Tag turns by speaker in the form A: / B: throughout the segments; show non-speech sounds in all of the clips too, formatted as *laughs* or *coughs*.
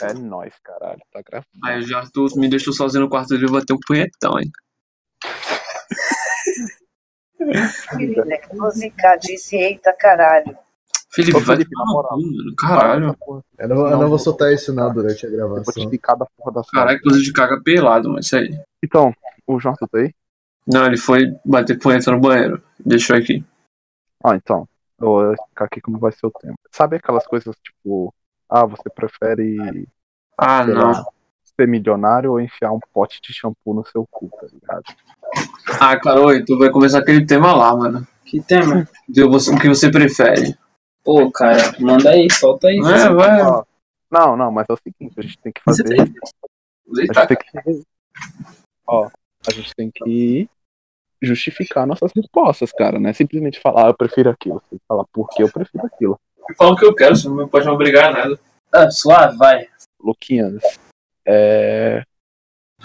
A: É nóis, caralho. Tá gravando.
B: Aí o Jartus me deixou sozinho no quarto dele e bateu um punhetão, hein?
C: Felipe, música disse, eita caralho.
B: Felipe,
A: Ô,
B: vai
A: Felipe, na
B: tomar no
A: moral.
B: cu, mano. Caralho.
D: Eu não, eu não vou soltar isso não durante a
A: Depois
D: gravação.
A: de cada porra da sua.
B: Caralho, coisa de caga pelado, mas isso aí.
A: Então, o Jordan tá aí?
B: Não, ele foi bater punheta no banheiro. Deixou aqui.
A: Ah, então. Eu vou explicar aqui como vai ser o tema. Sabe aquelas coisas tipo. Ah, você prefere
B: Ah,
A: sei
B: não.
A: lá, ser milionário ou enfiar um pote de shampoo no seu cu, tá ligado?
B: Ah, cara, oi, tu vai começar aquele tema lá, mano.
E: Que tema?
B: De você- o que você prefere.
E: Pô, cara, manda aí, solta aí.
B: É, vai.
A: Ó, Não, não, mas é o seguinte, a gente tem que
E: Você
A: fazer.
E: tem-
A: A
B: Eita,
A: gente tem que. Ó, a gente tem que justificar nossas respostas, cara, né? Simplesmente falar, ah, eu prefiro aquilo. Você tem que falar, por que eu prefiro aquilo?
B: fala o que eu quero, você não pode me obrigar a nada.
E: Ah, suave, vai.
A: Luquinhas, é.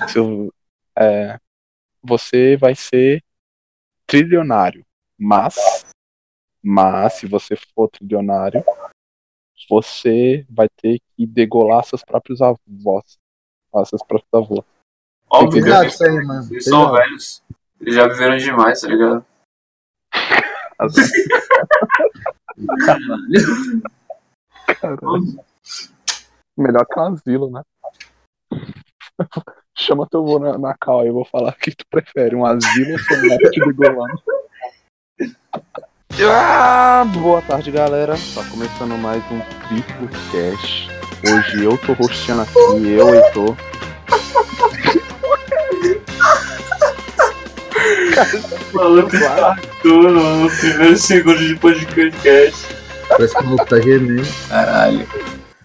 A: seu- é, Você vai ser trilionário, mas. Mas, se você for trilionário, você vai ter que degolar seus próprios avós. Ah, seus próprios avós.
B: Óbvio que
D: Cuidado
B: eles
D: isso aí, mano.
B: eles são
D: Cuidado.
B: velhos. Eles já viveram demais, tá ligado?
A: Caralho. Melhor que um asilo, né? *laughs* Chama teu vô na, na cal aí, eu vou falar o que tu prefere, um asilo ou seu neto te bigolando. Ah, boa tarde, galera. Tá começando mais um Triplo Cash. Hoje eu tô rosteando aqui, eu, Heitor.
B: Maluco, tudo no primeiro segundo de podcast.
D: Parece que o maluco tá gemendo.
E: Caralho.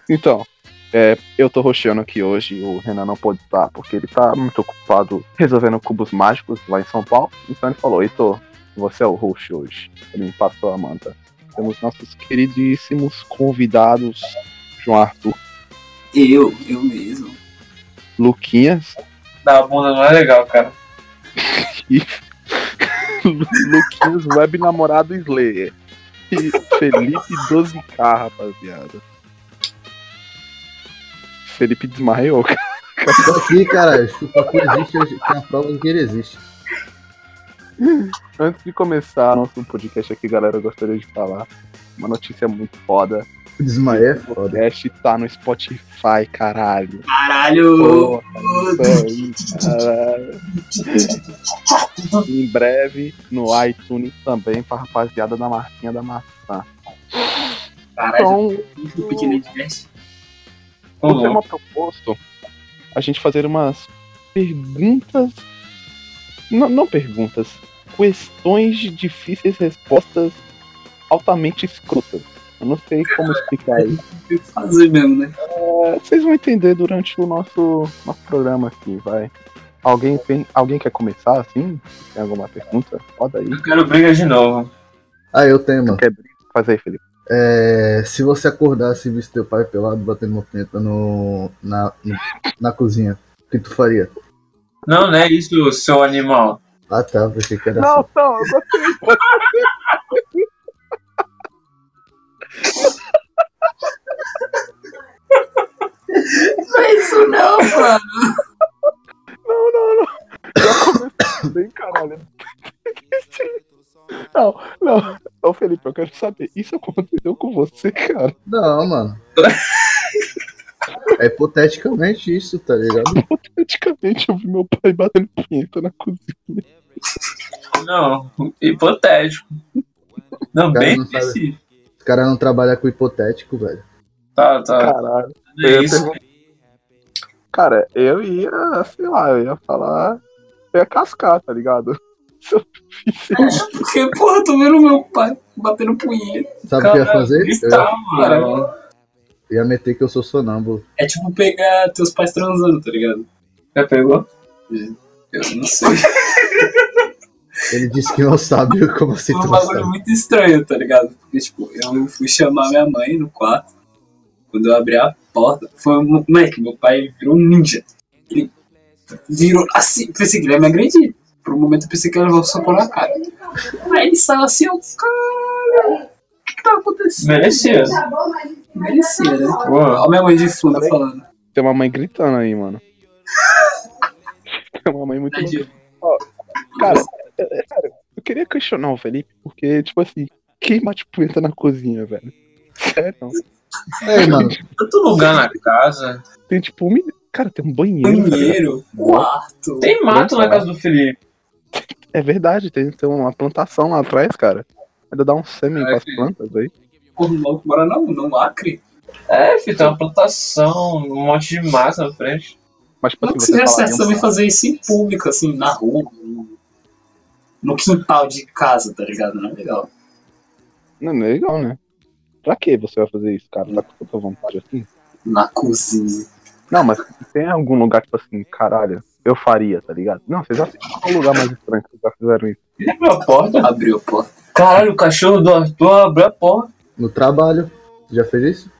A: Então, é, eu tô roxeando aqui hoje, o Renan não pôde estar, porque ele tá muito ocupado resolvendo cubos mágicos lá em São Paulo. Então ele falou, Heitor, você é o roxo hoje. Ele me passou a manta. Temos nossos queridíssimos convidados, João Arthur,
E: Eu, eu mesmo.
A: Luquinhas, *laughs*
B: Da bunda não é legal, cara.
A: Luquinhas Web Namorado Slayer. E Felipe 12K, rapaziada. Felipe desmaiou, cara.
D: Tô aqui, cara. O papo existe, eu tenho a prova de que ele existe.
A: Antes de começar nosso podcast aqui, galera, eu gostaria de falar uma notícia muito foda.
D: Desmaia é
A: O
D: foda.
A: podcast tá no Spotify, caralho. Porra,
E: Caralho!
A: isso aí, caralho. Em breve, no iTunes também, pra rapaziada da Marquinha da Maçã.
E: Caralho,
A: Então,
E: muito pequeno de teste.
A: o tema proposto, a gente fazer umas perguntas... Não, não perguntas, questões de difíceis respostas altamente escrutas. Eu não sei como explicar isso. É,
E: Tem que fazer mesmo, né?
A: Vocês vão entender durante o nosso, nosso programa aqui, vai. Alguém, tem, alguém quer começar assim? Tem alguma pergunta? Roda aí.
B: Eu quero briga de novo.
D: Ah, eu tenho, mano.
A: Faz aí, Felipe.
D: É, se você acordasse e visse teu pai pelado batendo uma punheta no, na, no- na cozinha, o que tu faria?
B: Não, não é isso, seu animal.
D: Ah tá, pensei que era assim.
A: não, eu gostei.
E: Não é isso não, mano.
A: Não, não, não. Já começou bem, caralho. *laughs* Não, não. Ô, Felipe, eu quero saber. Isso aconteceu com você, cara?
D: Não, mano. É hipoteticamente isso, tá ligado?
A: Praticamente eu vi meu pai batendo punheta na cozinha.
B: Não, hipotético. Não,
D: Cara,
B: bem
D: não sabe.
B: específico.
D: Os caras não trabalham com hipotético, velho.
B: Tá, tá.
A: Caralho.
B: Não é isso.
A: Cara, eu ia, sei lá, eu ia falar. Eu ia cascar, tá ligado? *laughs* Se eu fiz
E: Porque, porra, tô vendo meu pai batendo punheta.
D: Sabe o que eu ia
B: Caralho,
D: fazer? Eu ia,
B: Tá, mano.
D: ia meter que eu sou sonâmbulo.
E: É tipo pegar teus pais transando, tá ligado?
B: Já pegou?
E: Eu não sei.
D: Ele disse que não sabe *laughs* como se
E: Foi um
D: trouxer.
E: bagulho muito estranho, tá ligado? Porque, tipo, eu fui chamar minha mãe no quarto. Quando eu abri a porta, foi um. Moleque, meu pai virou um ninja. Ele virou assim. Pensei que ele ia me agredir. Por um momento eu pensei que ele ia levar um soco na cara. Aí ele saiu assim, eu. Cara, o que, que tá acontecendo?
B: Merecia.
E: Merecia, né?
B: Uou.
E: Olha minha mãe de fundo falando. né,
A: Tem uma mãe gritando aí, mano. Tem uma mãe muito.
E: Tadinho.
A: Cara, é- é sério, eu queria questionar o Felipe, porque, tipo assim, quem bate punheta na cozinha, velho? Sério, não.
D: Ei, mano,
E: Tanto lugar
B: Lugar na casa.
A: Tem tipo um milhão. Cara, tem um banheiro. cara.
E: banheiro, quarto.
B: Tem mato na casa do Felipe.
A: É verdade, tem, tem uma plantação lá atrás, cara. Ainda dá um sêmen
E: É,
A: pras
E: filho.
A: plantas aí.
E: Porra, o maluco mora no, no Acre.
B: É, filho, tem uma plantação, um monte de massa na frente.
A: Mas, tipo
E: Como
A: assim,
E: que seria
A: você fala
E: certo
A: de um-
E: também fazer isso em público, assim, na rua, no- no quintal de casa, tá ligado? Não é legal.
A: Não, não é legal, né? Pra que você vai fazer isso, cara? Tá com tanta vontade assim?
E: Na cozinha.
A: Não, mas tem algum lugar, tipo assim, caralho, eu faria, tá ligado? Não, vocês já tem um lugar mais estranho que vocês já fizeram isso.
B: Abriu a porta.
E: Abriu a porta.
B: Caralho, o cachorro do Arthur abriu a porta.
D: no trabalho. Já fez isso?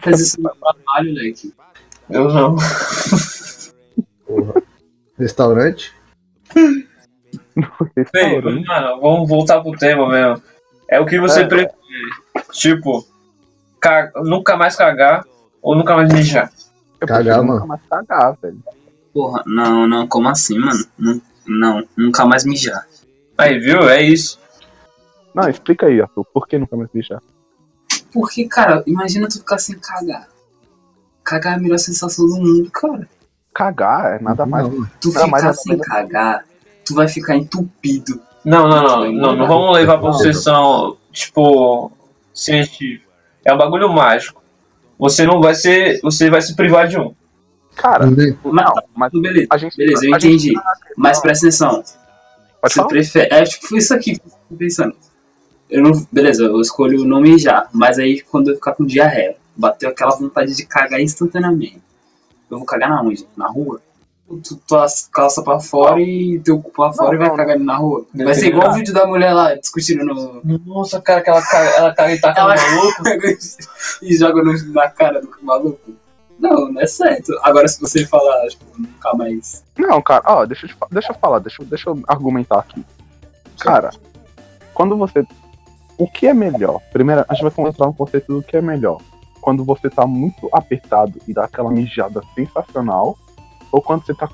E: Faz isso no trabalho, moleque.
B: Eu não.
D: Porra. Restaurante?
E: É
A: Vocês
B: Bem,
A: falaram, né?
B: mano, vamos voltar pro tema mesmo. É o que você
A: É.
B: prefere. Tipo, ca- nunca mais cagar ou nunca mais mijar.
A: Eu
D: Cagar,
A: prefiro
D: mano.
A: nunca mais cagar, velho.
E: Porra, não, não, como assim, mano? Não, não, nunca mais mijar.
B: Aí, viu? É isso.
A: Não, explica aí, Arthur, por que nunca mais mijar?
E: Porque, cara, imagina tu ficar sem cagar. Cagar é a melhor sensação do mundo, cara.
A: Cagar é nada mais. né?
D: Não, mano.
E: Tu
A: Não, mas
E: ficar
A: eu
E: sem
A: também-
E: cagar, tu vai ficar entupido.
B: Não, não, não, não, não vamos levar pra concessão, tipo, científica. É um bagulho mágico. Você não vai ser. Você vai se privar de um.
A: Cara,
D: Nem-
E: Mas
A: não, mas
E: tudo beleza.
A: a gente.
E: Beleza, eu
A: a gente-
E: entendi. Mas presta atenção,
A: Pode
E: você
A: falar?
E: prefere. É tipo isso aqui que eu tô pensando. Eu não... Beleza, eu escolho não mijar, mas aí quando eu ficar com diarreia, bateu aquela vontade de cagar instantaneamente. Eu vou cagar na onde? Na rua? Tu, tuas calças pra fora e teu cu pra fora e vai
A: não,
E: cagar na rua. Vai
B: Depende
E: ser igual
B: da-
E: o vídeo da mulher lá discutindo no.
B: Nossa, cara, aquela cara, ela cara e
A: Tá
B: taca no
E: Ela-
B: maluco.
E: *laughs* e joga no- na cara do maluco. Não, não é certo. Agora se você falar, tipo, nunca mais.
A: Não, cara, ó, deixa eu, te fa- deixa eu falar, deixa, eu- deixa eu argumentar aqui. Cara, quando você. O que é melhor? Primeiro, a gente vai começar um conceito do que é melhor. Quando você tá muito apertado e dá aquela mijada sensacional, ou quando você tá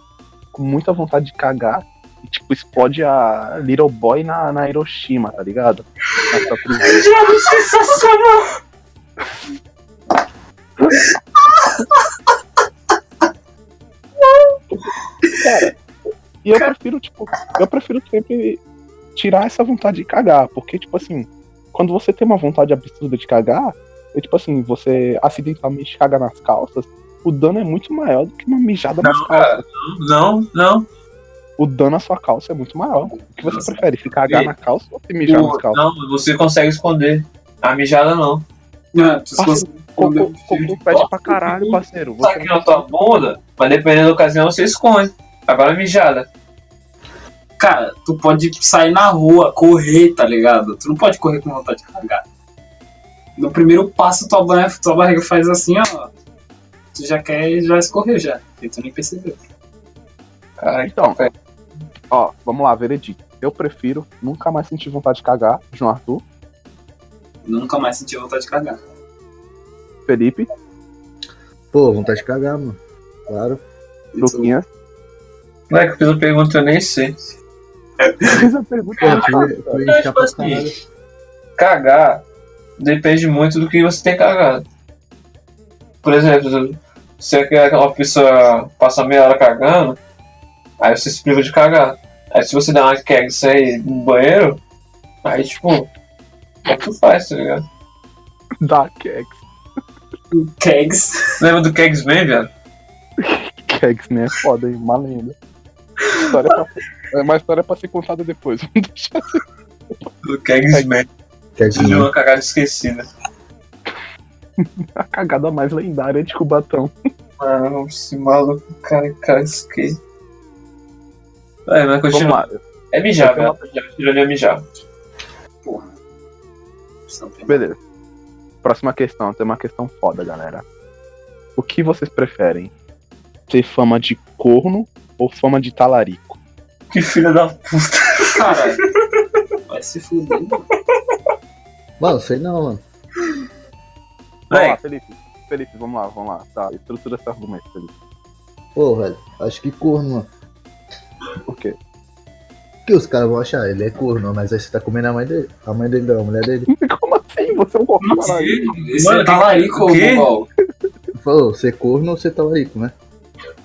A: com muita vontade de cagar e, tipo, explode a Little Boy na, na Hiroshima, tá ligado? Na sua prisão.
B: Sensacional.
A: E eu prefiro, tipo, eu prefiro sempre tirar essa vontade de cagar, porque, tipo assim, quando você tem uma vontade absurda de cagar, é tipo assim, você acidentalmente caga nas calças, o dano é muito maior do que uma mijada nas
B: cara.
A: calças.
B: Não, não.
A: O dano na sua calça é muito maior. O que você
E: Nossa.
A: prefere, se cagar na calça ou se mijar nas calças?
B: Não, você consegue esconder. A mijada não.
E: Ah,
A: Nossa,
E: tu esconde-
A: Cocô cocô pede pra caralho, parceiro.
B: Tá
A: Você
B: aqui na tua bunda, mas dependendo da ocasião você esconde. Agora a mijada.
E: Cara, tu pode sair na rua, correr, tá ligado? Tu não pode correr com vontade de cagar. No primeiro passo, tua, ba- tua barriga faz assim, ó. Tu já quer, já escorreu já. E tu nem percebeu.
B: Cara,
A: Então,
B: é.
A: ó, vamos lá, veredito. Eu prefiro nunca mais sentir vontade de cagar, João Arthur,
E: Nunca mais senti vontade de cagar.
A: Felipe,
D: Pô, vontade de cagar, mano. Claro.
E: E tu-
A: Luquinha. *laughs*
B: Moleque, eu fiz uma pergunta, eu nem sei.
A: Fiz a pergunta.
E: Ah,
D: Pô, foi,
E: tá. Então,
D: foi
B: Não,
D: chato
B: tipo
D: pra
B: assim,
D: caralho.
B: cagar depende muito do que você tem cagado. Por exemplo, se é uma pessoa passa meia hora cagando, aí você se priva de cagar. Aí se você dá uma keg e sair no banheiro, aí tipo, é que tu faz, tá ligado?
A: Dá kegs.
E: Kegs.
B: Lembra do Kegsman, velho?
A: Kegs, né? É Foda, hein? Uma lenda. História pra... É uma história pra ser contada depois. Deixa-
B: Do Kegsman.
D: Quer
B: Preciso de
D: dizer,
B: uma cagada esquecida.
A: a cagada mais lendária de Cubatão.
B: Mano, esse maluco, cara, cara, esquece. Vai, mas
A: Vamos
B: continua.
A: lá.
B: É mijar, velho. Já tirou é mijar.
E: Porra. Isso não tem-
A: Beleza. Próxima questão. Tem uma questão foda, galera. O que vocês preferem? Ter fama de corno ou fama de talarico?
B: Que filha da puta.
E: Cara, vai se fuder. mano.
D: Mano, sei não, mano.
A: Vai
B: Véi,
A: lá, Felipe. Felipe, vamos lá, vamos lá. Tá, estrutura esse argumento, Felipe.
D: Pô, velho, acho que corno, mano.
A: Por quê? *laughs*
D: O que os caras vão achar? Ele é corno, mas aí você tá comendo a mãe dele. A mãe dele não, a mulher dele.
A: Como assim? Você é um corno caralho?
E: Esse
B: Mano,
E: é talarico
B: o quê?
E: Mongol.
D: Falou, você é corno ou você é talarico, né?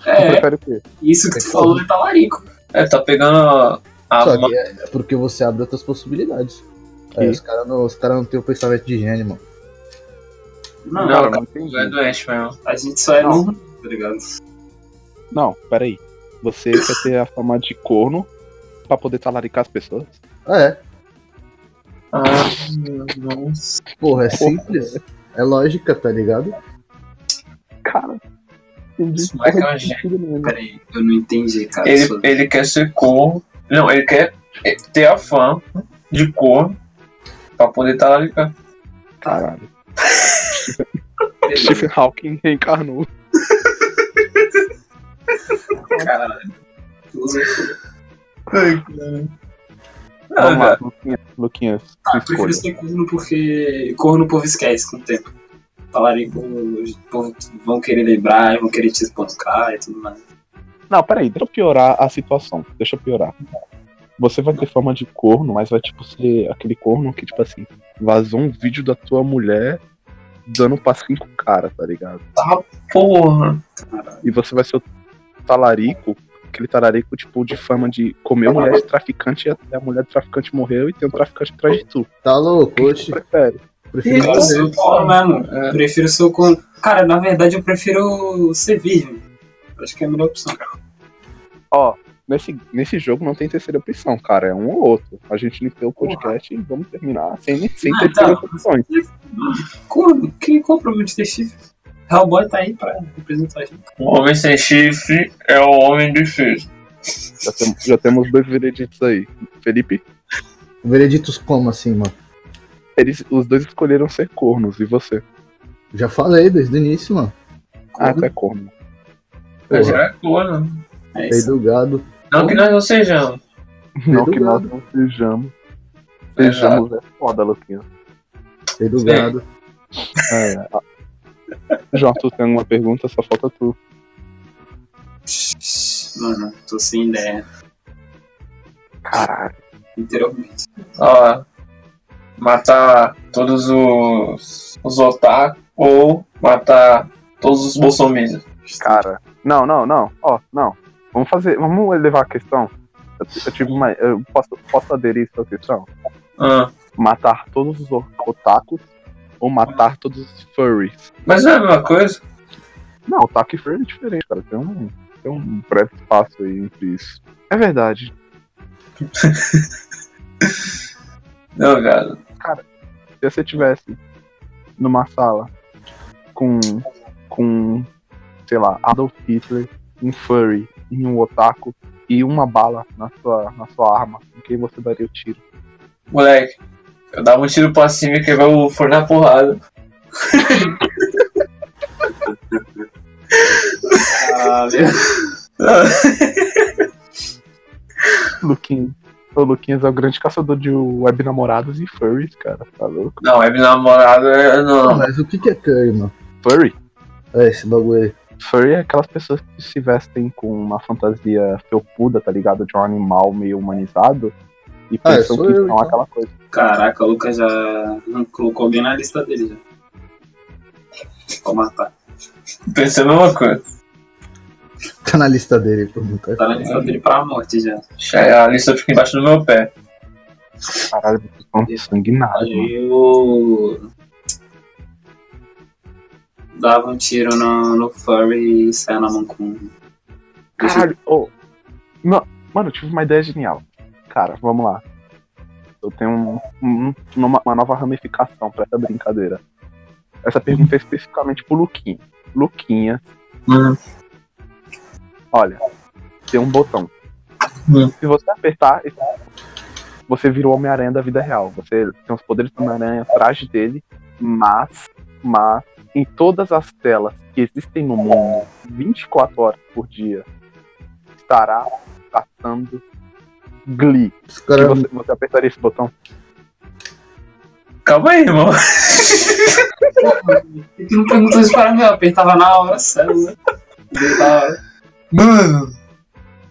A: Você
E: É,
A: prefere o quê?
E: isso que tu falou é talarico.
B: É, tá pegando a- a
E: Ah,
D: Só
B: mão
D: que é é porque você abre outras possibilidades. Aí
A: Que?
D: os caras não, os cara não têm o pensamento de higiene, mano.
E: Não,
B: Não,
E: cara,
A: não entendi.
B: é doente mesmo.
E: a gente só é
A: Não.
E: normal, tá ligado?
A: Não, peraí. Você quer ter a fama de corno pra poder talaricar as pessoas?
D: Ah, é.
B: Ah, nossa.
D: Porra, é simples. É lógica, tá ligado?
A: Cara, entendi.
B: Esse moleque é um
D: *laughs*
B: gênio.
E: Peraí, eu não entendi, cara.
B: Ele,
E: sua-
B: ele quer ser corno. Não, ele quer ter a fama de corno pra poder tá talaricar.
A: Caralho.
E: Ah, é
A: Stephen Hawking reencarnou.
E: Caralho. Filosofia.
B: Ah,
A: Vamos lá, Luquinhas. Luquinhas,
E: Tá, eu
A: escolha.
E: prefiro ser corno porque corno o povo esquece com o tempo. Talarico, os povo vão querer lembrar, vão querer te espancar e tudo mais.
A: Não, peraí, deixa eu piorar a situação. Deixa eu piorar. Você vai ter fama de corno, mas vai, tipo, ser aquele corno que, tipo assim, vazou um vídeo da tua mulher dando pra cinco caras, tá ligado?
B: Porra.
A: E você vai ser o talarico, aquele talarico, tipo, de fama de comer mulher de traficante e a- a mulher do traficante morreu e tem um traficante atrás de tu.
D: Tá louco, oxe.
A: Prefere.
D: Prefiro
E: Cara, eu
D: morrer.
E: sou corno mesmo.
B: É.
E: Prefiro ser o corno. Cara, na verdade eu prefiro ser virgem. Acho que é a melhor opção.
A: Ó, nesse, nesse jogo não tem terceira opção, cara. É um ou outro. A gente limpeu o podcast e vamos terminar sem, sem
E: Ah,
A: terceira
E: tá.
A: opção.
E: Corno, quem qual o problema de ter chifre? Hellboy tá aí pra representar a gente.
B: O homem sem chifre é o homem difícil.
A: Já, tem- já temos dois vereditos aí. Felipe?
D: Vereditos como assim, mano?
A: Eles, os dois escolheram ser cornos, e você?
D: Já falei desde o início, mano.
A: Ah, tu é corno.
B: Mas
D: Porra,
B: é corno.
E: É
D: Rei
E: isso.
D: do gado.
B: Não que nós não sejamos.
A: Não que nós não sejamos. Sejamos é foda, Luquinha.
D: Rei do
B: Sim.
D: gado.
A: É, a- João, tu tem uma pergunta, só falta tu.
E: Mano, tô sem ideia.
A: Caralho.
E: Literalmente.
B: Ó, matar todos os, os otaku ou matar todos os bolsominions.
A: Cara. Não, não, não. Ó, não. Vamos fazer. Vamos elevar a questão. Eu, t- eu tive uma. Eu posso, posso aderir à sua questão?
B: Ah,
A: Matar todos os o- otakus ou matar todos os furries?
B: mas não é a mesma coisa?
A: Não, otaku e furry é diferente, cara. Tem um, tem um breve espaço aí entre isso. É verdade.
B: Não, cara.
A: se você tivesse numa sala com, com sei lá, Adolf Hitler, um furry e um otaku e uma bala na sua, na sua arma, em quem você daria o tiro?
B: Moleque, eu dava um tiro pra cima e quebrava o forno na porrada.
E: Caralho.
A: Luquinhas. O Luquinhas é o grande caçador de web namorados e furries, cara. Tá louco?
B: Não, web namorado é.
D: Pô,
B: Não.
D: Mas o que que é curry, mano?
A: Furry?
D: É esse bagulho aí.
A: Furry é aquelas pessoas que se vestem com uma fantasia felpuda, tá ligado? De um animal meio humanizado. E
D: Ah,
A: pensam
D: sou
A: que
D: eu,
A: são
D: então.
A: aquela coisa.
E: Caraca, o Lucas já não colocou alguém na lista dele já. Vou matar.
B: Pensei a mesma coisa.
D: Tá na lista dele, pô. não tá-
E: Tá na lista dele pra morte já.
B: Xa, A lista fica embaixo do meu pé.
A: Caralho, vocês são sanguinários, mano.
E: Aí eu. Dava um tiro no, no Furry e saia na mão com. um
A: Caralho, ô. Não, mano, eu tive uma ideia genial. Cara, vamos lá. Eu tenho um- um- uma, uma nova ramificação pra essa brincadeira. Essa pergunta é especificamente pro Luquinha. Luquinha,
B: Hum.
A: olha, tem um botão.
B: Hum.
A: Se você apertar, esse- você virou Homem-Aranha da vida real. Você tem os poderes do Homem-Aranha atrás dele, mas, mas, em todas as telas que existem no mundo, 24 horas por dia, estará passando Glee.
D: Os
A: E
D: caras
A: Você, você apertaria esse botão?
B: Calma aí, irmão.
E: Tu não perguntou isso para mim, eu apertava na hora, sério. né? Deu na hora.
B: Mano.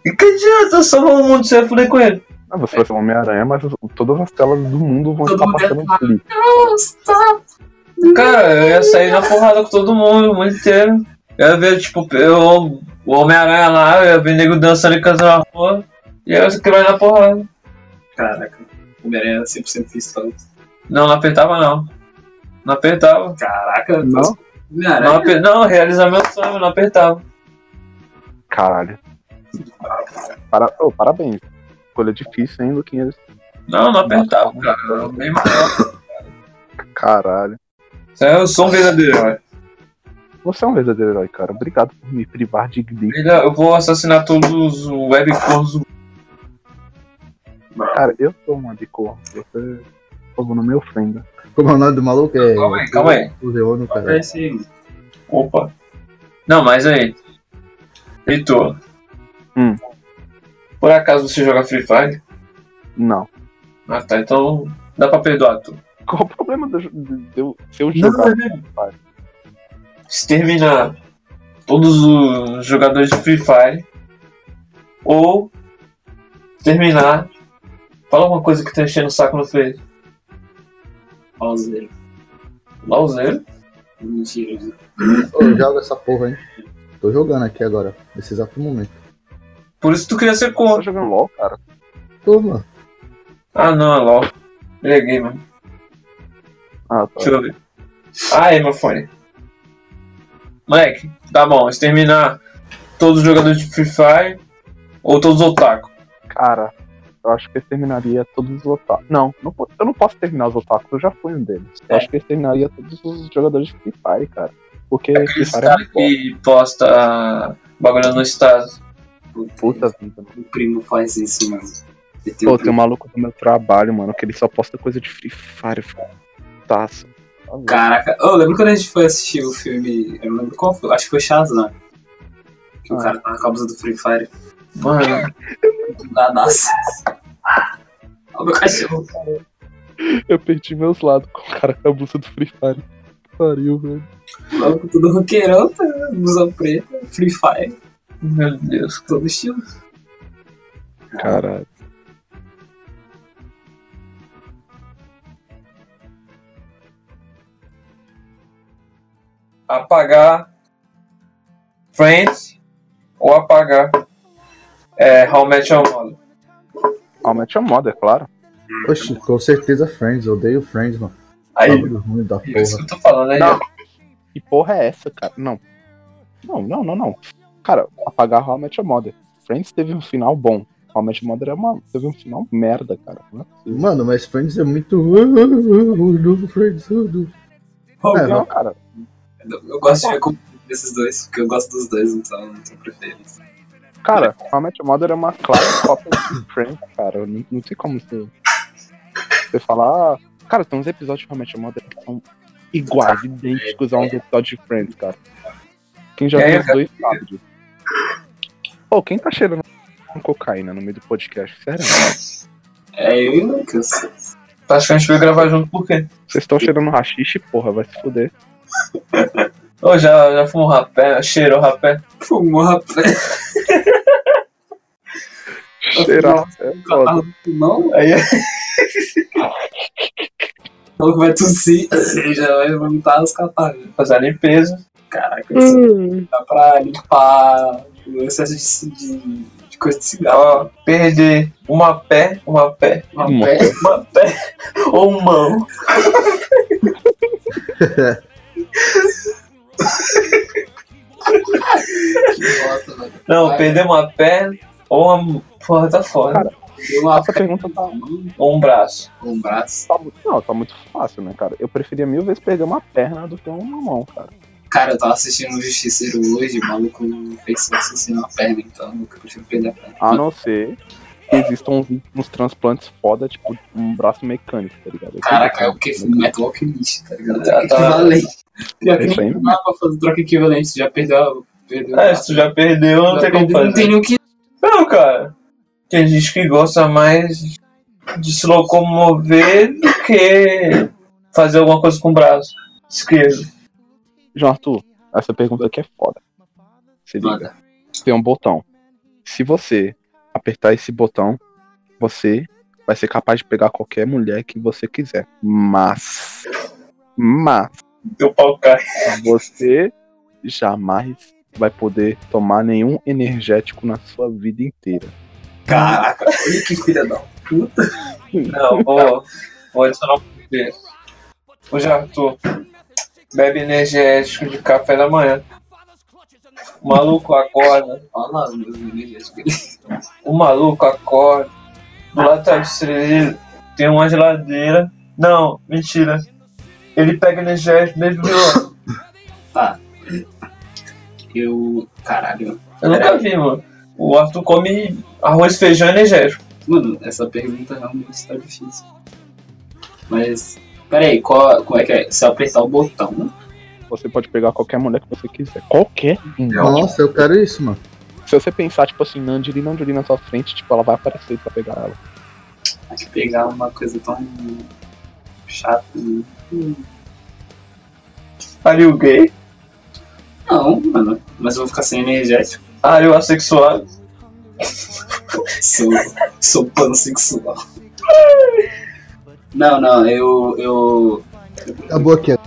B: E que adianta salvar o mundo se eu um falei com ele?
A: Ah, você vai ser o Homem-Aranha, mas as- todas as telas do mundo vão
E: Todo
A: estar
E: mundo
A: passando
E: é-
A: clipe.
E: Nossa!
B: Cara, eu ia sair na porrada com todo mundo, o mundo inteiro. Eu ia ver, tipo, eu, o Homem-Aranha lá, eu ia ver nego dançando e cantando na rua. E eu ia quebrar na porrada.
E: Caraca, o Homem-Aranha é 100% pistola.
B: Não, não apertava não. Não apertava.
E: Caraca,
A: Não?
E: nossa,
B: Não,
E: Homem-Aranha.
B: aper... não realizar meu sonho, não apertava.
A: Caralho. Para... oh, parabéns. Escolha difícil ainda, 500.
B: Não, não apertava, cara. Era bem maior.
A: Caralho.
B: Isso aí Eu sou um verdadeiro herói.
A: Você é um verdadeiro herói, cara. Obrigado por me privar de Glee.
B: Filha, Eu vou assassinar todos os webcorns do
A: Cara, eu sou uma de cor. Você, por favor, não me ofenda.
D: Como é o nome do maluco? É...
B: Calma aí, calma aí.
D: O Leono,
E: É
D: cara.
E: esse aí, mano.
B: Opa. Não, mas aí. Heitor.
A: Hum.
B: Por acaso você joga Free Fire?
A: Não.
B: Ah tá, então dá pra perdoar tu.
A: Qual o problema de eu- de eu, um se eu jogar?
B: Exterminar todos os jogadores de Free Fire. Ou terminar. Fala uma coisa que tá enchendo o saco no Face.
E: Pausa um dele.
B: Lauzeiro.
E: Mentira. gente.
D: Ô, joga essa porra, hein? Tô jogando aqui agora, nesse exato momento.
B: Por isso tu queria ser
A: Você tá
B: contra.
A: jogando LOL, cara?
D: Tô, mano.
B: Ah não, é LOL. Peguei, mano.
A: Ah, tá.
B: Deixa eu ver. Ah, é meu fone. Moleque, tá bom, exterminar todos os jogadores de Free Fire ou todos os otaku.
A: Cara, eu acho que eu terminaria todos os otakus. Não, não po- eu não posso terminar os otakus, eu já fui um deles. Eu
B: É.
A: acho que eu terminaria todos os jogadores de Free Fire, cara. Porque Free
B: Aqueles
A: Fire é
B: caras
A: muito bom.
B: que posta bagulho no status.
A: Puta vida, mano.
E: O primo faz isso, mano. Ele tem um
A: Pô, tem um
E: primo.
A: maluco do meu trabalho, mano, que ele só posta coisa de Free Fire. Eu fico putaço.
E: Caraca, eu lembro quando a gente foi assistir o filme, eu não lembro qual foi, acho que foi Shazam. Que o
A: Ah.
E: cara tava com a blusa do Free Fire
B: Mano,
E: grudadaço. Olha o Ah, meu cachorro.
A: Eu perdi meus lados com o cara com a blusa do Free Fire. Que Pariu, velho.
E: Maluco todo roqueirão, tá? blusa preta, Free Fire,
B: meu Deus.
E: todo estilo.
A: Caralho.
B: Apagar Friends ou apagar é, How Match Your Mother.
A: Aumente a moda, é claro.
D: Oxi, com certeza Friends, eu odeio Friends, mano.
E: Tá
B: Aí,
D: Bagulho ruim da
B: é isso
D: porra.
B: que eu tô falando aí.
A: Não.
B: ó.
A: Que porra é essa, cara? Não. Não, não, não, não. Cara, apagar How I Met Your Mother. Friends teve um final bom. How I Met Your Mother é uma... teve um final merda, cara. Não é possível.
D: Mano, mas Friends é muito. *laughs* O novo Friends. uh, do-
E: Oh,
D: É,
A: Não, cara.
E: eu- Eu gosto de ver como desses dois, porque eu gosto dos dois, então não tenho preferência.
A: Cara, How I Met Your Mother é uma clara *laughs* cópia de Friends, cara. Não, não sei como você... Você falar... Cara, tem uns episódios de How I Met Your Mother que são iguais, idênticos a uns episódios de Friends, cara. Quem já
B: É,
A: viu os
B: cara.
A: dois sabe disso. Pô, quem tá cheirando cocaína no meio do podcast? Sério?
E: É eu e o Lucas.
B: Tá achando que a gente veio gravar junto por quê?
A: Vocês estão cheirando rachixe, porra, vai se fuder.
B: Ô, já, já fumou rapé, cheirou rapé.
E: Fumou, rapaz.
A: Cheirar é foda.
E: Não,
B: Aí,
E: o maluco vai tossir, ele já vai vomitar os catarros.
B: fazer a limpeza.
E: Caraca, isso dá pra limpar o excesso de, ci- de, de coisa de cigarro.
B: Ó, um perder uma pé, uma pé,
E: Uma
A: Hum.
E: pé.
B: uma pé ou um mão.
E: que bosta, velho.
B: Não,
E: Vai.
B: perder uma pé ou uma. Porra, tá foda.
A: Cara,
E: Deu uma
A: Essa pergunta tá,
E: mão,
B: Ou um braço.
E: um braço.
A: tá muito. Não, tá muito fácil, né, cara? Eu preferia mil vezes perder uma perna do que uma mão, cara.
E: Cara, eu tava assistindo o Justiceiro hoje, o maluco fez sexo assim na perna, então eu prefiro perder a perna.
A: A não ser que existam uns, uns transplantes foda, tipo, um braço mecânico, tá ligado? Eu
E: Caraca, é o que?
A: tenho-
E: Metal Alchemist, tá ligado?
B: Tá, tá.
E: Equivalente. Pior que
A: É Isso aí
E: não dá pra fazer troca equivalente, já perdeu a. Perdeu o
B: É,
E: braço.
B: se tu já perdeu, não
E: Já
B: tem como
E: perdeu, Não tem
B: fazer.
E: nem o que.
B: Não, cara. Tem gente que gosta mais de se locomover do que fazer alguma coisa com o braço esquerdo.
A: João Arthur, essa pergunta aqui é foda. Se liga.
E: Manda.
A: Tem um botão. Se você apertar esse botão, você vai ser capaz de pegar qualquer mulher que você quiser. Mas. Mas.
B: Teu pau cai.
A: Você jamais vai poder tomar nenhum energético na sua vida inteira.
E: Caraca, olha que filha da puta.
B: Não, vou, vou adicionar um pouco disso. Ô, Jartu, bebe energético de café da manhã. O maluco acorda.
E: Olha lá os meus meninos.
B: O maluco acorda. Do lado da dele tem uma geladeira. Não, mentira. Ele pega energético dentro do vilão.
E: Eu. Caralho.
B: Eu nunca vi, mano. O Arthur come arroz, feijão e energético.
E: Mano, essa pergunta realmente tá difícil. Mas. Peraí, qual, como é que é? Se eu apertar o botão,
A: Você pode pegar qualquer mulher que você quiser. Qualquer.
D: Nossa, eu quero isso, mano.
A: Se você pensar, tipo assim, na Angelina Jolie na sua frente, tipo, ela vai aparecer pra pegar ela.
E: acho que pegar uma coisa tão chata. né?
B: Are you gay?
E: Não, mano. Mas eu vou ficar sem energético. *laughs*
B: Are you assexuado?
E: Sou, sou pansexual. Não, não, eu. Eu.
D: Acabou aqui,
E: eu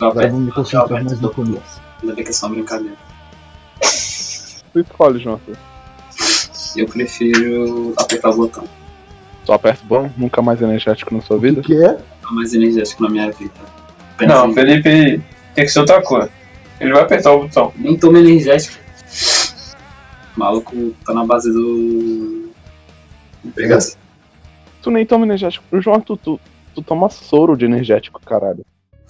D: agora
E: aperto-
D: vamos me
E: eu
D: concentrar mais
E: aperto
D: no
E: o botão.
D: começo.
E: Ainda bem que é só uma brincadeira.
A: Tu escolhe, João. Arthur.
E: Eu prefiro apertar o botão.
A: Só aperta o botão, nunca mais energético na sua vida.
D: O que é?
E: Tá mais energético na minha vida. Pensa
B: Não,
E: aí.
B: Felipe tem que ser outra coisa. Ele vai apertar o botão.
E: Nem toma energético. O maluco tá na base do. Pegação.
A: Tu nem toma energético. O João, Arthur, tu, tu toma soro de energético, caralho.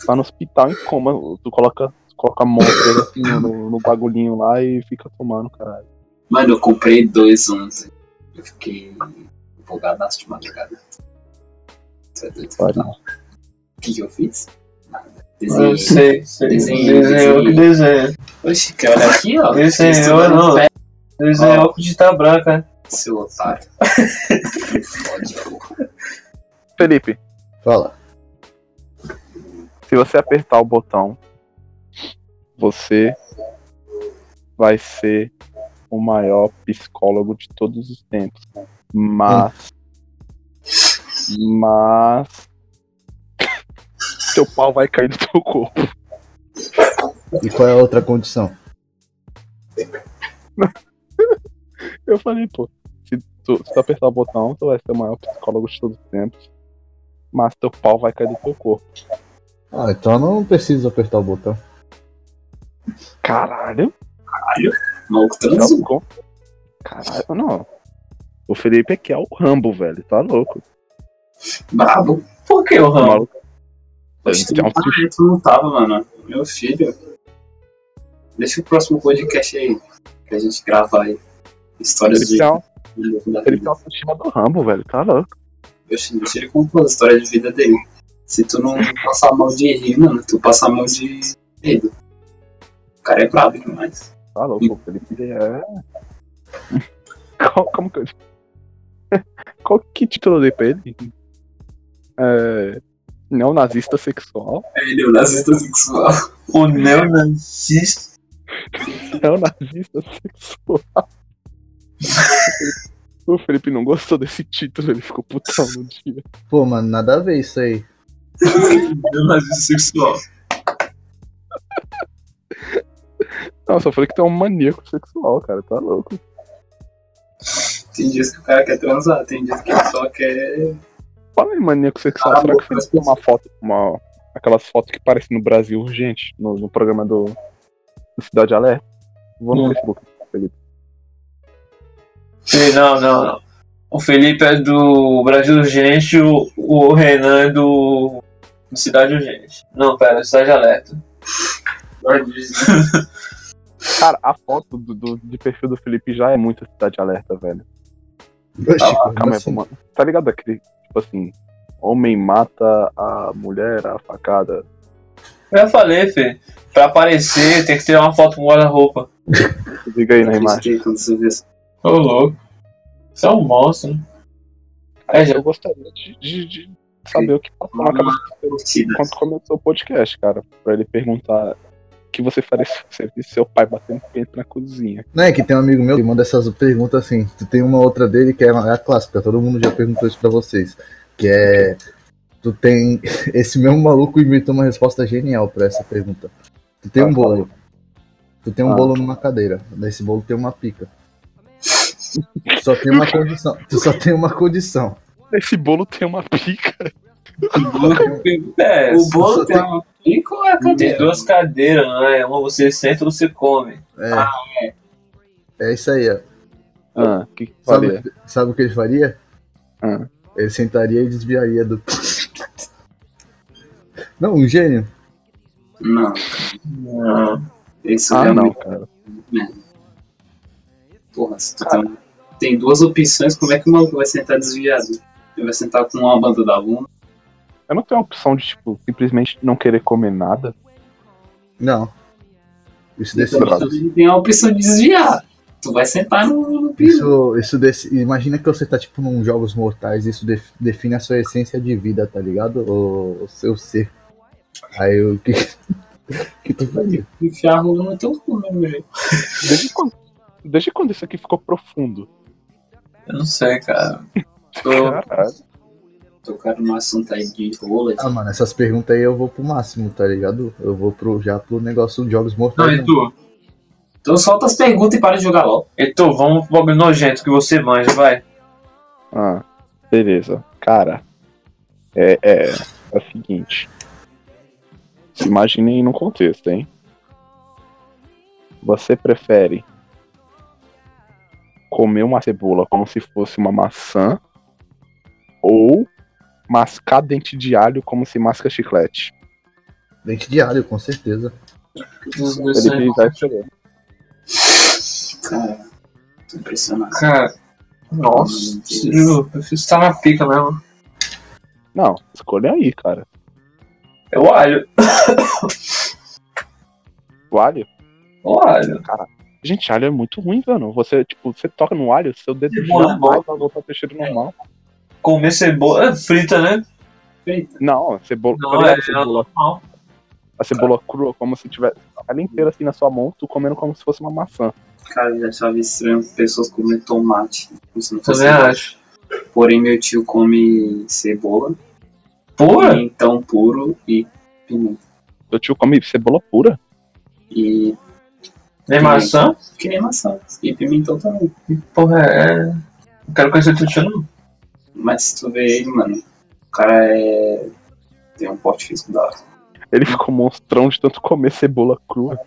A: Tá no hospital em coma, tu coloca, tu coloca monstro assim no, no bagulhinho lá e fica tomando, caralho.
E: Mano, eu comprei dois ontem. Eu fiquei empolgadaço de madrugada. Você é doido?
A: Pode.
E: O que, que eu fiz? Nada.
B: Eu
E: Desenhei.
B: sei, sei.
E: Desenho,
B: Desenhou que desenha.
E: Oxi, que olha aqui, ó.
B: Desenhou,
E: Estou no
B: não.
E: pé,
B: Desenhou com tinta branca.
E: Seu otário. Me Fode, pô.
A: Felipe,
D: Fala.
A: se você apertar o botão, você vai ser o maior psicólogo de todos os tempos. Mas. Mas. Seu pau vai cair no teu corpo.
D: E qual é a outra condição?
A: Eu falei, pô, se tu, se tu apertar o botão, tu vai ser o maior psicólogo de todos os tempos. Mas teu pau vai cair do teu corpo.
D: Ah, então eu não preciso apertar o botão.
A: Caralho!
E: O Maluco
A: já
E: transou.
A: ficou. Caralho, não. O Felipe aqui é o Rambo, velho. Tá louco.
E: Brabo.
B: Por que o
A: O
B: ramo?
A: Tá maluco.
E: Oxe, tu
A: Ele é
E: não
A: um
E: tá, né? Tu não tava, mano. Meu filho. Deixa o próximo podcast aí. Que a gente grava aí. Histórias
A: Felipe
E: de.
A: é um-
E: da
A: Ele
E: vida.
A: tem uma autoestima do Rambo, velho. Tá louco.
E: Oxe, deixa ele contar a história de vida dele. Se tu não passar a mão de rir, mano, tu passa a mão de medo. O cara é brabo demais.
A: Tá louco. O Felipe ele é. *laughs* Qual, como que eu. *laughs* Qual que título eu dei pra ele? É. Neonazista sexual? *laughs*
E: Ele é o nazista *laughs* sexual.
B: O
E: Tá é um
B: neonazista.
A: Neonazista sexual. *laughs* O Felipe não gostou desse título, ele ficou putão no dia.
D: Pô, mano, nada a ver isso aí.
E: é um Nazista sexual.
A: Não, eu só falei que tem um maníaco sexual, cara, tá louco.
E: Tem dias que o cara quer transar, tem dias que ele só quer.
A: Fala aí, maníaco sexual,
E: Ah,
A: será que o
E: boa,
A: Felipe tem uma foto, uma, aquelas fotos que parecem no Brasil urgente, no, no programa do, do Cidade Alerta? Vou no
B: Hum.
A: Facebook.
B: Sim, Não, não, não. O Felipe é do Brasil Urgente, o, o Renan é do, do Cidade Urgente. Não, pera, Cidade Alerta.
E: um
A: Cara, a foto do, do- de perfil do Felipe já é muito Cidade Alerta, velho.
D: Oxi, como
A: Calma aí,
D: assim?
A: mano. Tá ligado aquele, tipo assim, homem mata a mulher, a facada.
B: Eu já falei, filho. Pra aparecer tem que ter uma foto com guarda-roupa.
A: Diga aí
E: Eu
A: na imagem.
E: acreditei quando você vê essa-
B: Ô louco. Você é um monstro, né? Aí já
A: Eu gostaria de, de- de saber o que passou na
E: Uma
A: cabeça
E: curtida.
A: quando começou o podcast, cara. Pra ele perguntar o que você faria se você visse seu pai batendo peito na cozinha.
D: Não é que tem um amigo meu que manda essas perguntas assim. Tu tem uma outra dele que é a clássica, todo mundo já perguntou isso pra vocês. Que é. Tu tem. *laughs* Esse mesmo maluco inventou uma resposta genial pra essa pergunta. Tu tem um bolo. Tu tem um
A: Ah.
D: bolo numa cadeira. Nesse bolo tem uma pica. Só tem uma condição. Tu só tem uma condição.
A: Esse bolo tem uma pica.
B: É,
E: O bolo
D: só
E: tem
D: tem-
E: uma pica ou é a
B: tem
E: cadeira?
B: duas cadeiras, né? Uma você senta e você come.
D: É. É isso aí, ó.
A: Ah, que que faria?
D: Sabe, sabe o que ele faria?
A: Ah.
D: Ele sentaria e desviaria do. *laughs* Não, um gênio.
E: Não, é
B: Não.
E: isso
A: Ah, não,
E: realmente.
A: cara.
E: Porra, se tu tem, tem duas opções, como é que o maluco vai sentar desviado? Ele vai sentar com uma banda da bunda?
A: Eu não tenho a opção de, tipo, simplesmente não querer comer nada.
D: Não. Isso
E: Então,
D: decide.
A: Desviado.
E: tu também tem a opção de desviar. Tu vai sentar no, no piso.
D: Isso, isso desse, imagina que você tá tipo num Jogos Mortais, isso def- define a sua essência de vida, tá ligado? O, o seu ser. Aí o que, *laughs* que tu faria?
E: Enfiar a rola no teu cu, né, meu jeito.
A: Desde quando, desde quando isso aqui ficou profundo?
B: Eu não sei, cara.
E: Tô,
A: Caralho.
E: tocaram no assunto aí de rola.
D: Ah, mano, essas perguntas aí eu vou pro máximo, tá ligado? Eu vou pro, já pro negócio de Jogos
B: Não,
D: Mortais. não.
B: Heitor,
E: Então solta as perguntas e para de jogar LOL.
B: Heitor, vamos pro bagulho nojento que você manja, vai.
A: Ah, beleza. Cara, é, é, é o seguinte. Se imaginem num contexto, hein? Você prefere comer uma cebola como se fosse uma maçã ou mascar dente de alho como se masca chiclete?
D: Dente de alho, com certeza.
E: Os dois são
A: Ele
E: irmãos.
A: vai escolher.
E: Cara, tô impressionado.
B: Cara. Nossa, eu prefiro estar na pica mesmo.
A: Não, escolha aí, cara.
B: É o alho.
A: O alho?
B: O alho.
A: Gente, alho é muito ruim, mano. Você, tipo, você toca no alho, seu dedo
B: Cebola é
A: já vai pra voltar pro cheiro normal.
B: Comer cebola é frita, né?
A: Não, a cebola.
B: Não,
A: tá ligado
B: é-
A: a cebola,
B: não.
A: a cebola crua, como se tivesse ela inteira assim na sua mão, tu comendo como se fosse uma maçã.
E: Cara, eu já achava estranho pessoas comendo tomate. Como se não fosse
B: Também acho.
E: Porém, meu tio come cebola,
B: Pura?
E: então puro e pimenta.
A: Teu tio come cebola pura.
E: E
B: Nem maçã?
E: que nem maçã. E pimentão também.
B: Porra, é. Não quero conhecer teu tio, não.
E: Mas se tu vê ele, mano, o cara é. Tem um porte físico da hora.
A: Ele ficou monstrão de tanto comer cebola crua.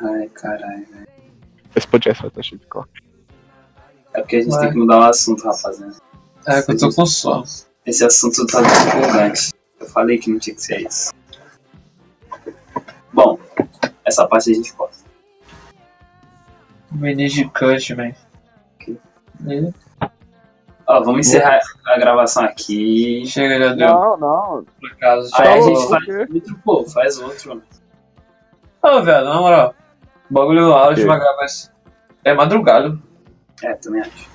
E: Ai, caralho.
A: Esse podcast vai estar cheio de corte.
E: É porque a gente
B: Ué.
E: tem que mudar o assunto, rapaziada.
B: É que eu tô com sono.
E: Esse assunto tá muito empolgante. Eu falei que não tinha que ser isso. Bom, essa parte a gente corta.
B: Menino de cut, man. Ih,
E: Ó, vamos encerrar a gravação aqui.
B: Chega, já deu. tipo,
A: Não, não.
B: Por acaso.
E: Aí Ah, é, a
A: Tá
E: gente
A: louco,
E: faz
A: né?
E: outro, pô, faz outro.
B: Ô, velho, na moral. O bagulho a hora de
A: Ok.
B: gravar esse- É madrugada.
E: É, também acho.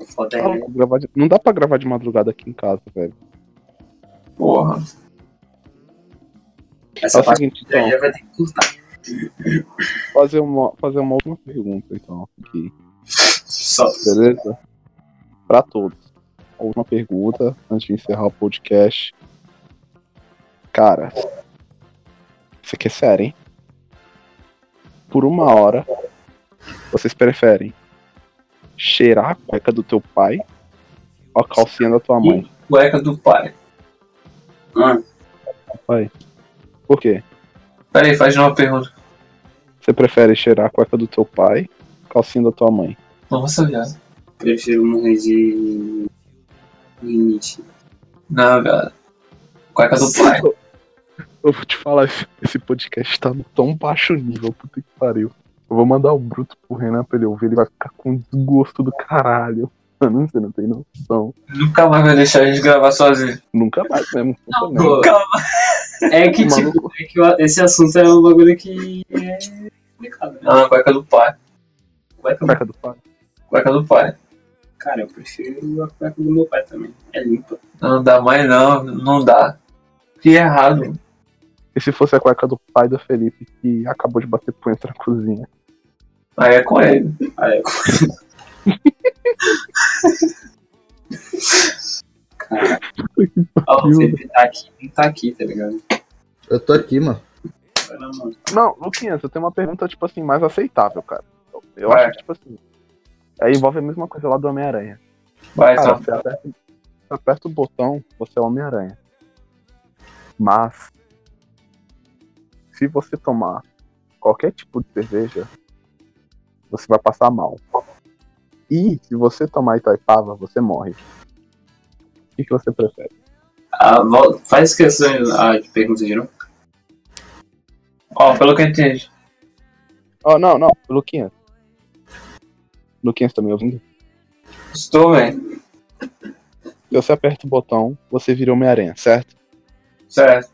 E: O foda
A: Tá
E: é
A: louco, gravar de- Não dá pra gravar de madrugada aqui em casa, velho.
B: Porra.
A: É
E: essa
A: o
E: parte
A: seguinte,
E: aí
A: então,
E: já vai ter que cortar.
A: fazer uma, fazer uma última pergunta, então, aqui.
E: Só.
A: Beleza? Pra todos. Última pergunta, antes de encerrar o podcast. Cara, isso aqui é sério, hein? Por uma hora, vocês preferem cheirar a cueca do teu pai ou a calcinha da tua mãe?
B: Cueca do pai.
E: Ah,
A: Por quê?
B: Pera aí, faz de novo a pergunta.
A: Você prefere cheirar a cueca do teu pai calcinha da tua mãe?
B: Nossa, viado.
E: prefiro morrer de. rinite.
B: Não, viado. Cueca do pai.
A: Eu vou te falar, esse- esse podcast tá no tão baixo nível, puta que pariu. Eu vou mandar o Bruto pro Renan pra ele ouvir, ele vai ficar com desgosto do caralho. Mano, você não tem noção.
B: Nunca mais vai deixar a gente gravar sozinho.
A: Nunca mais mesmo. Não,
E: Pô, É que, tipo,
A: Maluco.
E: é que o- esse assunto é um bagulho que é complicado, né?
B: Ah, cueca do pai.
E: Vai que eu-
A: Cueca do pai.
B: Cueca do pai.
E: Cara, eu prefiro a cueca do meu pai também. É limpa.
B: Não dá mais não, não dá. Que errado.
A: E se fosse a cueca do pai do Felipe, que acabou de bater punho na cozinha?
B: Aí é com ele.
E: Ah, é. Cara, ó, o Felipe tá aqui, não tá aqui, tá ligado?
D: Eu tô aqui, mano.
E: Vai na mão.
A: Não, Luquinhas, eu tenho uma pergunta, tipo assim, mais aceitável, cara. Eu- Eu
B: Vai.
A: acho que, tipo assim. Aí envolve a mesma coisa lá do Homem-Aranha.
B: Vai,
A: Cara,
B: então.
A: você aperta, você aperta o botão, você é o Homem-Aranha. Mas, se você tomar qualquer tipo de cerveja, você vai passar mal. E se você tomar Itaipava, você morre. O que, que você prefere?
E: Ah, volta- faz questões ah, de perguntas de novo.
B: Ó, pelo que eu entendi.
A: Oh, não, não, Luquinhas. Luquinhas, tá me ouvindo?
B: Estou, velho.
A: Se você aperta o botão, você vira Homem-Aranha, certo?
B: Certo.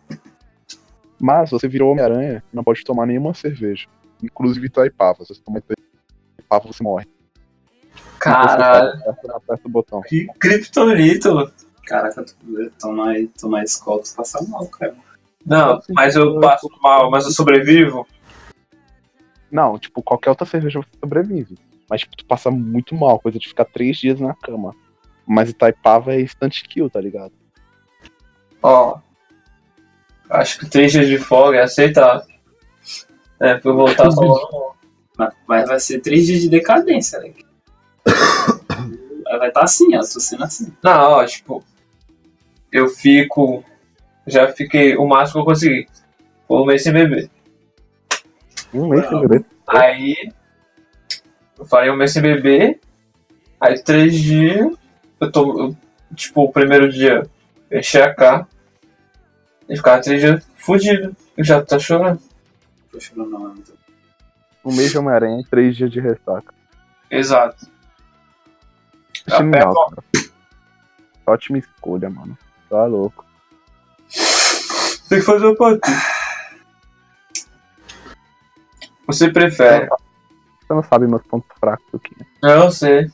A: Mas você virou Homem-Aranha, não pode tomar nenhuma cerveja. Inclusive Itaipava. Se você tomar Itaipava, você morre.
B: Caralho.
A: Você aperta, aperta o botão.
B: Que criptonito, mano.
E: Caraca, tu- tomar, tomar escola, tu passa mal, cara.
B: Não, mas eu passo mal, mas eu sobrevivo.
A: Não, tipo, qualquer outra cerveja você sobrevive. Mas, tipo, tu passa muito mal, coisa de ficar três dias na cama. Mas Itaipava é instant kill, tá ligado?
B: Ó. Acho que três dias de folga é aceitável. É, pra eu voltar só lá no-
E: Mas, mas vai ser três dias de decadência, né? Vai estar assim, ó, tô sendo assim.
B: Não, ó, tipo, eu fico. Já fiquei o máximo que eu consegui. Foi um mês sem beber.
A: Um mês sem beber.
B: Aí. Eu falei um mês sem beber. Aí três dias. Eu tô. eu, tipo, o primeiro dia eu enchi a cara. E ficava três dias fudido. Eu já tô chorando.
E: Tô chorando, não, mano.
A: Um mês de Homem-Aranha e três dias de ressaca.
B: Exato.
A: Isso é legal, cara. Ótima escolha, mano. Tá louco.
B: Tem que fazer o patinho. Você prefere?
A: Você não sabe meus pontos fracos, Luquinha.
B: Eu sei,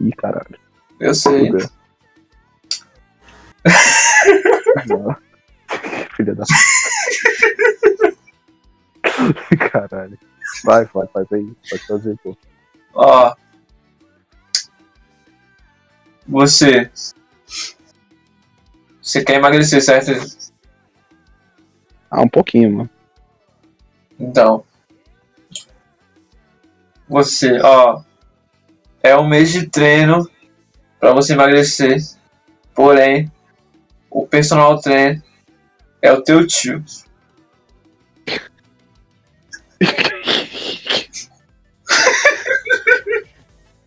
A: Ih, caralho.
B: eu sei.
A: fudeu. Não. *laughs* Filha da. *laughs* Caralho. Vai, vai, faz aí. Pode fazer, pô.
B: Ó. Você. Você quer emagrecer, certo?
A: Ah, um pouquinho, mano.
B: Então. Você, ó. É um mês de treino pra você emagrecer. Porém, o personal trainer é o teu tio.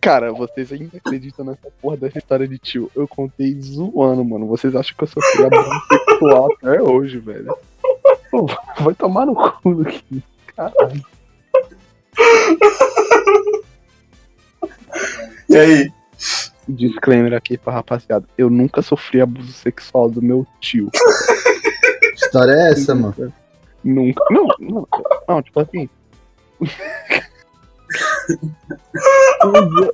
A: Cara, vocês ainda acreditam nessa porra dessa história de tio. Eu contei zoando, mano. Vocês acham que eu sou filha da mãe sexual até hoje, velho. Pô, vai tomar no cu aqui. Caralho.
B: E aí?
A: Disclaimer aqui pra rapaziada. Eu nunca sofri abuso sexual do meu tio.
D: Que história é essa, mano?
A: Nunca. Não, não, não, tipo assim. Um dia-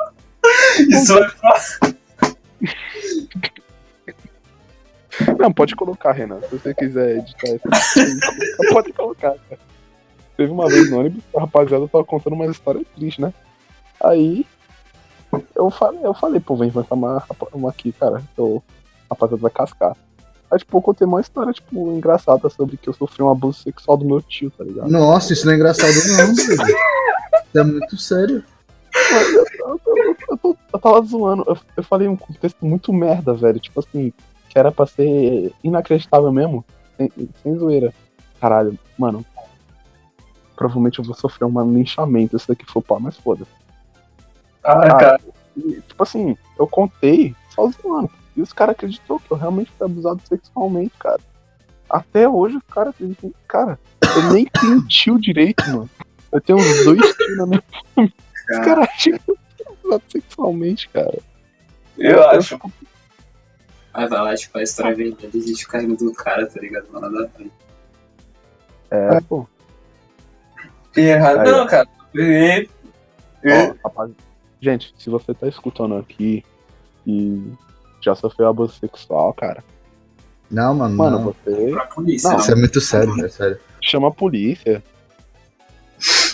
B: Isso é
A: Não, pode colocar, Renan. Se você quiser editar isso, *laughs* pode colocar, cara. Teve uma vez no ônibus, a rapaziada tava contando umas histórias tristes, né? Aí eu falei, eu falei, pô, vem inventar uma, uma aqui, cara. Eu, a rapaziada vai cascar. Aí, tipo, eu contei uma história, tipo, engraçada sobre que eu sofri um abuso sexual do meu tio, tá ligado?
D: Nossa, isso não é engraçado não, velho. Isso é muito sério.
A: Eu, eu- eu tô- eu tava zoando. Eu, eu falei um contexto muito merda, velho. Tipo assim, que era pra ser inacreditável mesmo. Sem, sem zoeira. Caralho, mano. Provavelmente eu vou sofrer um linchamento se daqui for pá, mas foda-se.
B: Ah, cara.
A: E, Tipo assim, eu contei só zoando. E os caras acreditou que eu realmente fui abusado sexualmente, cara. Até hoje os caras acreditam. Cara, eu
B: *laughs*
A: nem tenho tio direito, mano. Eu tenho uns dois tios na minha. Os caras acham que eu fui abusado sexualmente, cara.
B: Eu acho.
E: Aí vai lá, tipo, a história é verdade, a gente fica rindo do cara, tá ligado? Mano, nada a ver.
A: É, pô.
B: Que errado.
A: Aí,
B: Não, cara. E-
A: Ó, rapaz, Gente, se você tá escutando aqui e já sofreu abuso sexual, cara,
D: Não, mano,
A: mano,
D: não.
A: você
E: Pra polícia.
A: Não,
E: né?
D: Isso é muito sério, velho, sério.
A: chama a polícia.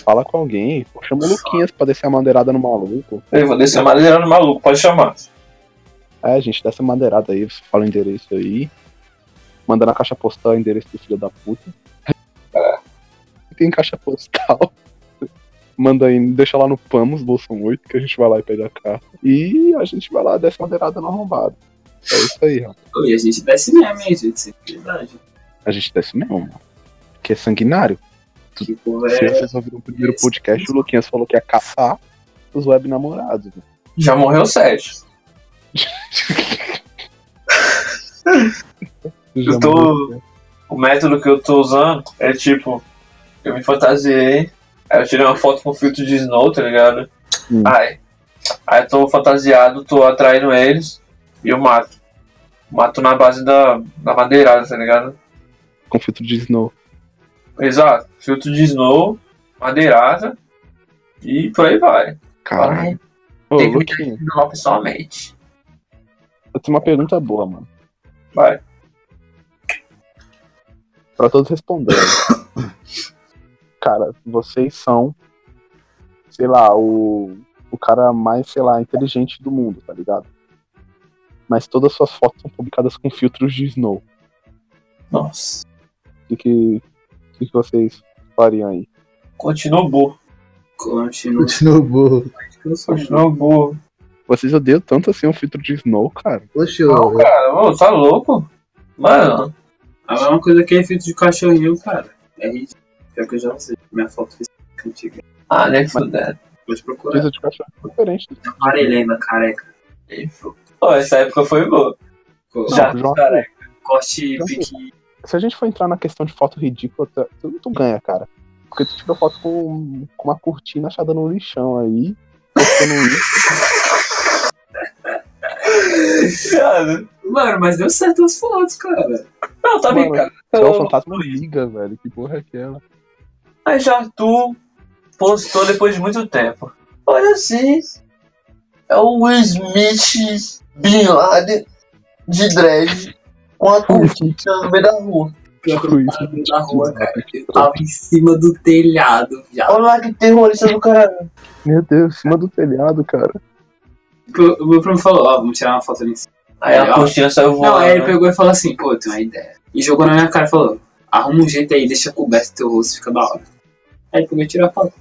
A: Fala com alguém, pô, chama o Luquinhas pra descer a madeirada no maluco.
B: Eu vou descer a madeira no maluco, pode chamar.
A: É, gente, dá essa madeirada aí, você fala o endereço aí. Manda na caixa postal o endereço do filho da puta. Tem caixa postal. Manda aí, deixa lá no Pamos, Bolsão 8, que a gente vai lá e pega a carta. E a gente vai lá, desce a madeirada no arrombado. É isso aí, ó.
E: Ô, E a gente desce mesmo, hein, gente? Isso é verdade.
A: A gente desce mesmo, mano. Que é sanguinário.
E: Que porra
A: Se
E: é.
A: vocês ouviram o primeiro podcast, o Luquinhas falou que ia caçar os web namorados.
B: Já morreu sete. Eu tô. O método que eu tô usando é tipo, eu me fantasiei, aí eu tirei uma foto com filtro de snow, tá ligado?
A: Hum.
B: Aí, aí eu tô fantasiado, tô atraindo eles e eu mato. Mato na base da, da madeirada, tá ligado?
A: Com filtro de snow.
B: Exato, filtro de snow, madeirada e por aí vai.
A: Caralho. Ô,
B: Tem que-
A: Luquinhas.
B: Não, pessoalmente.
A: Eu tenho uma pergunta boa, mano.
B: Vai.
A: Pra todos responderem. *coughs* cara, vocês são, sei lá, o, o cara mais, sei lá, inteligente do mundo, tá ligado? Mas todas as suas fotos são publicadas com filtros de snow.
B: Nossa,
A: O que, que, o que que vocês fariam aí?
B: continua burro.
E: *laughs* Continua.
D: Continua burro.
B: Continua burro.
A: Vocês odeiam tanto assim um filtro de snow, cara?
D: Oxe, eu,
B: Não, cara, ô, tá louco?
E: Uhum.
B: Mano,
E: A mesma coisa que é feito de cachorrinho, cara. É ridículo. Pior que eu já usei minha foto física antiga.
B: ah, nem fudendo.
E: Pode procurar.
A: Coisa de cachorro é diferente.
E: Amarelena, careca. Ele ficou
B: Pô, essa época foi boa. Já,
A: João.
B: cara.
E: corte
A: Não,
E: pique.
A: Se a gente for entrar na questão de foto ridícula, tu- tu, tu ganha, cara. Porque tu tirou foto com, com uma cortina achada no lixão aí.
E: *laughs*
A: postando um lixo.
B: Cara,
E: Mano, mas deu certo as fotos, cara.
B: Não, tá bem,
A: Mano,
B: cara.
A: Só o
B: Eu-
A: fantasma liga, velho. Que porra é aquela?
B: Aí já Arthur postou depois de muito tempo. Olha assim, é o Will Smith Bin Laden de dread com a cortina no meio da rua.
E: Pior
A: Tipo
E: que eu tava na rua, cara. Eu tava em cima do telhado, viado.
B: Olha lá que terrorista do caralho.
A: Meu Deus, em cima do telhado, cara.
E: O meu primo falou, ó, vamos tirar uma foto ali em cima.
B: Aí a cortina saiu voando.
E: Não, aí ele pegou e falou assim, pô, eu tenho uma ideia. E jogou na minha cara e falou, arruma um jeito aí, deixa coberto teu rosto, fica da hora. Aí ele pegou e tirou a foto.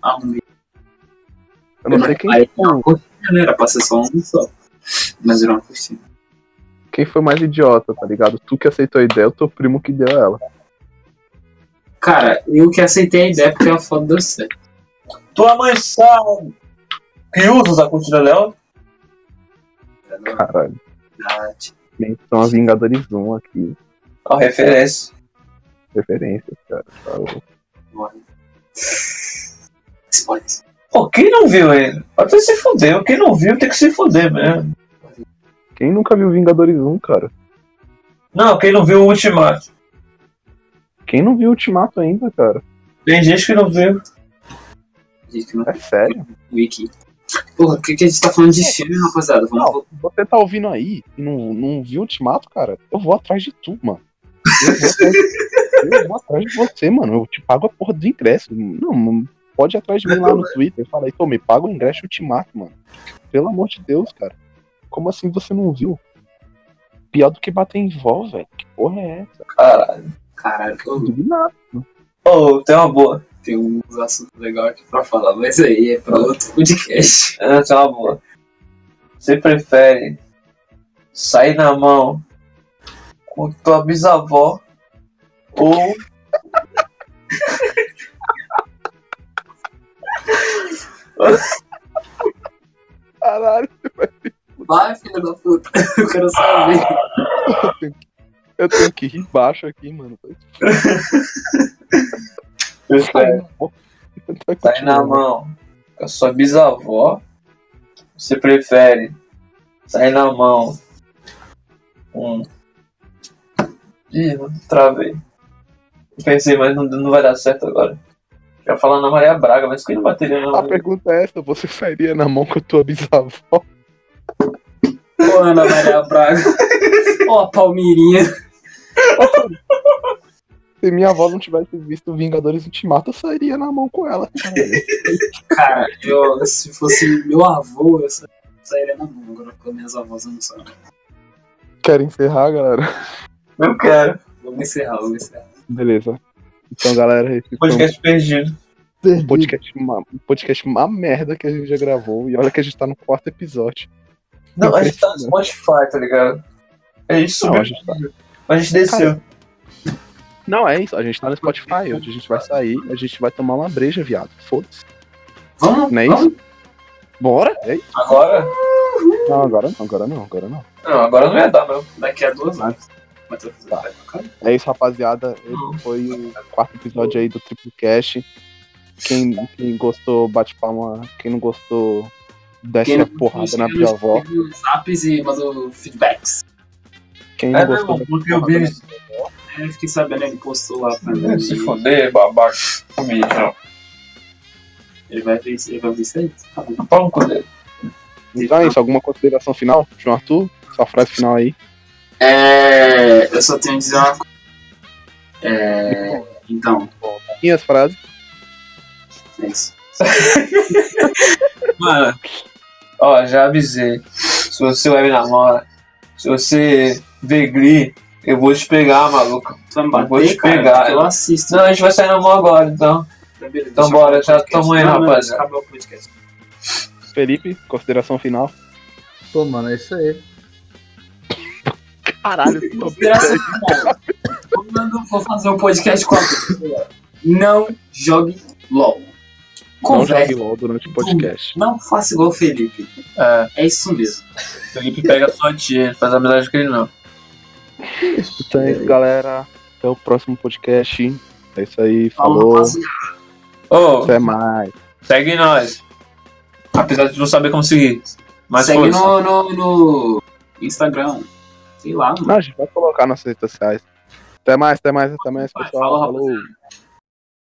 E: Arrumei.
A: Eu não sei quem,
E: Aí foi uma cortina, né? Era pra ser só um só. Mas virou uma cortina.
A: quem foi mais idiota, tá ligado? Tu que aceitou a ideia, o teu primo que deu ela.
E: Cara, eu que aceitei a ideia porque a foto deu certo.
B: Tua mãe sabe que usas a cortina dela?
E: tá
A: Caralho.
E: Verdade.
A: Bem, São as Vingadores 1 aqui.
B: Ó, referência.
A: Referências, cara. tá louco.
E: Olha. Spoiler.
B: Pô, quem não viu ele? Até se fudeu. Quem não viu tem que se fuder mesmo.
A: Quem nunca viu Vingadores 1, cara?
B: Não, quem não viu o Ultimato.
A: Quem não viu Ultimato ainda, cara?
B: Tem gente que não viu.
E: Gente, que não
A: É sério?
E: Wiki. Porra, o que, que a gente tá falando de filme, rapaziada? Vamos
A: Não.
E: voltar.
A: Você tá ouvindo aí e não, não viu Ultimato, cara? Eu vou atrás de tu, mano. Eu vou, atrás, eu vou atrás de você, mano. Eu te pago a porra do ingresso. Não, mano, pode ir atrás de mim lá no Twitter. Fala aí, pô, me paga o ingresso e eu te mato, mano. Pelo amor de Deus, cara. Como assim você não viu? Pior do que bater em vó, velho. Que porra é essa?
B: Caralho.
E: Caralho, que
A: Não
E: eu
A: vi nada.
B: Ô, tem uma boa.
E: tenho uns assuntos legais aqui pra falar, mas aí é pra outro podcast.
B: Ah, Tem uma boa. Você prefere sair na mão com tua bisavó ou.
A: Caralho,
E: Vai, filho da puta. *laughs* Eu quero saber.
A: eu tenho que rir baixo aqui, mano.
B: Prefere
A: Então,
B: sair é. Tá na
A: Continuando.
B: mão É com a sua bisavó? Você prefere sair na mão com. um Ih, mano, travei. Eu pensei, mas não, não vai dar certo agora. Eu ia falar na Maria Braga, mas quem não bateria na
A: A
B: Maria
A: pergunta é essa, você sairia na mão com a tua bisavó?
E: Ô, Ana Maria Braga. Ó, a Palmeirinha.
A: Se minha avó não tivesse visto Vingadores Ultimato, eu sairia na mão com ela.
B: É.
E: Cara, eu, se fosse meu avô, eu sa- sairia na mão. Agora com minhas avós eu não saio.
A: Quero encerrar, galera.
B: Eu
A: Tá
B: quero.
E: Vamos encerrar, vamos encerrar.
A: Beleza. Então, galera, esse foi
B: Podcast perdido.
A: um podcast, uma, um podcast uma merda que a gente já gravou. E olha que a gente tá no quarto episódio.
B: Não, a gente tá no Spotify, tá ligado? A gente
A: Não,
B: subiu,
A: a gente tá...
B: mas a gente desceu.
A: não, é isso. A gente tá no Spotify. Hoje a gente vai sair, a gente vai tomar uma breja, viado. Foda-se.
E: Vamos?
A: Não é
E: vamos?
A: isso? Bora? É isso?
B: Agora?
A: Não, agora não, agora não, agora não.
B: Não, agora não ia dar, meu.
E: Daqui a duas horas. Mas eu-
A: Tá. É isso, rapaziada. Esse foi o quarto episódio aí do Triple Cash. Quem, quem gostou, bate palma. Quem não gostou, desce
E: Quem
A: a
E: não
A: porrada na
E: conseguiu,
A: minha avó.
E: escreve nos Zaps e mandou feedbacks.
A: Quem
B: É,
A: não
B: meu irmão,
A: gostou,
B: porque eu vi
E: É, Eu fiquei sabendo, ele postou lá pra mim.
B: se foder, babaca. Comigo, não.
E: Ele vai ver isso, ele vai ver isso aí. Tá bom.
B: Pau no cu dele.
A: Então é isso, alguma consideração final? João Arthur, sua frase final aí.
E: É, eu só tenho a dizer uma coisa. É, então,
A: Minhas frases.
E: é isso. Mano,
B: Ó, já avisei. Se você web namora, se você vê gri, eu vou te pegar, maluco.
E: tu vai me
B: Eu vou te
E: bater, cara,
B: pegar,
E: porque eu
B: eu-
E: assisto.
B: Não, a gente vai sair na mão agora, então.
E: Tá, beleza,
B: Então
E: deixa eu
B: bora,
E: acabar o
B: já
E: podcast.
B: tamo aí,
E: Não, não,
B: rapaziada.
E: deixa eu acabar o podcast.
A: Felipe, consideração final.
D: Pô, mano, é isso aí.
A: Caralho,
E: Consideração final. Quando eu for fazer um podcast com a pessoa, não jogue
A: não
E: LOL.
A: jogue
E: Converse.
A: LOL durante o podcast.
E: Não faça igual o Felipe.
B: É,
E: É isso mesmo.
B: Felipe pega sua tia, faz amizade com ele não.
A: Então é isso, galera. Até o próximo podcast. É isso aí,
E: Falou,
A: falou.
E: faça-
B: Ô,
A: Até mais.
B: segue nós. Apesar de não saber como seguir. Mas
E: Segue
B: força.
E: no, no, no Instagram. Sei lá, mano.
A: Não, a gente vai colocar nas redes sociais. Até mais, até mais, até mais,
E: Vai,
A: pessoal.
E: falou,
A: falou.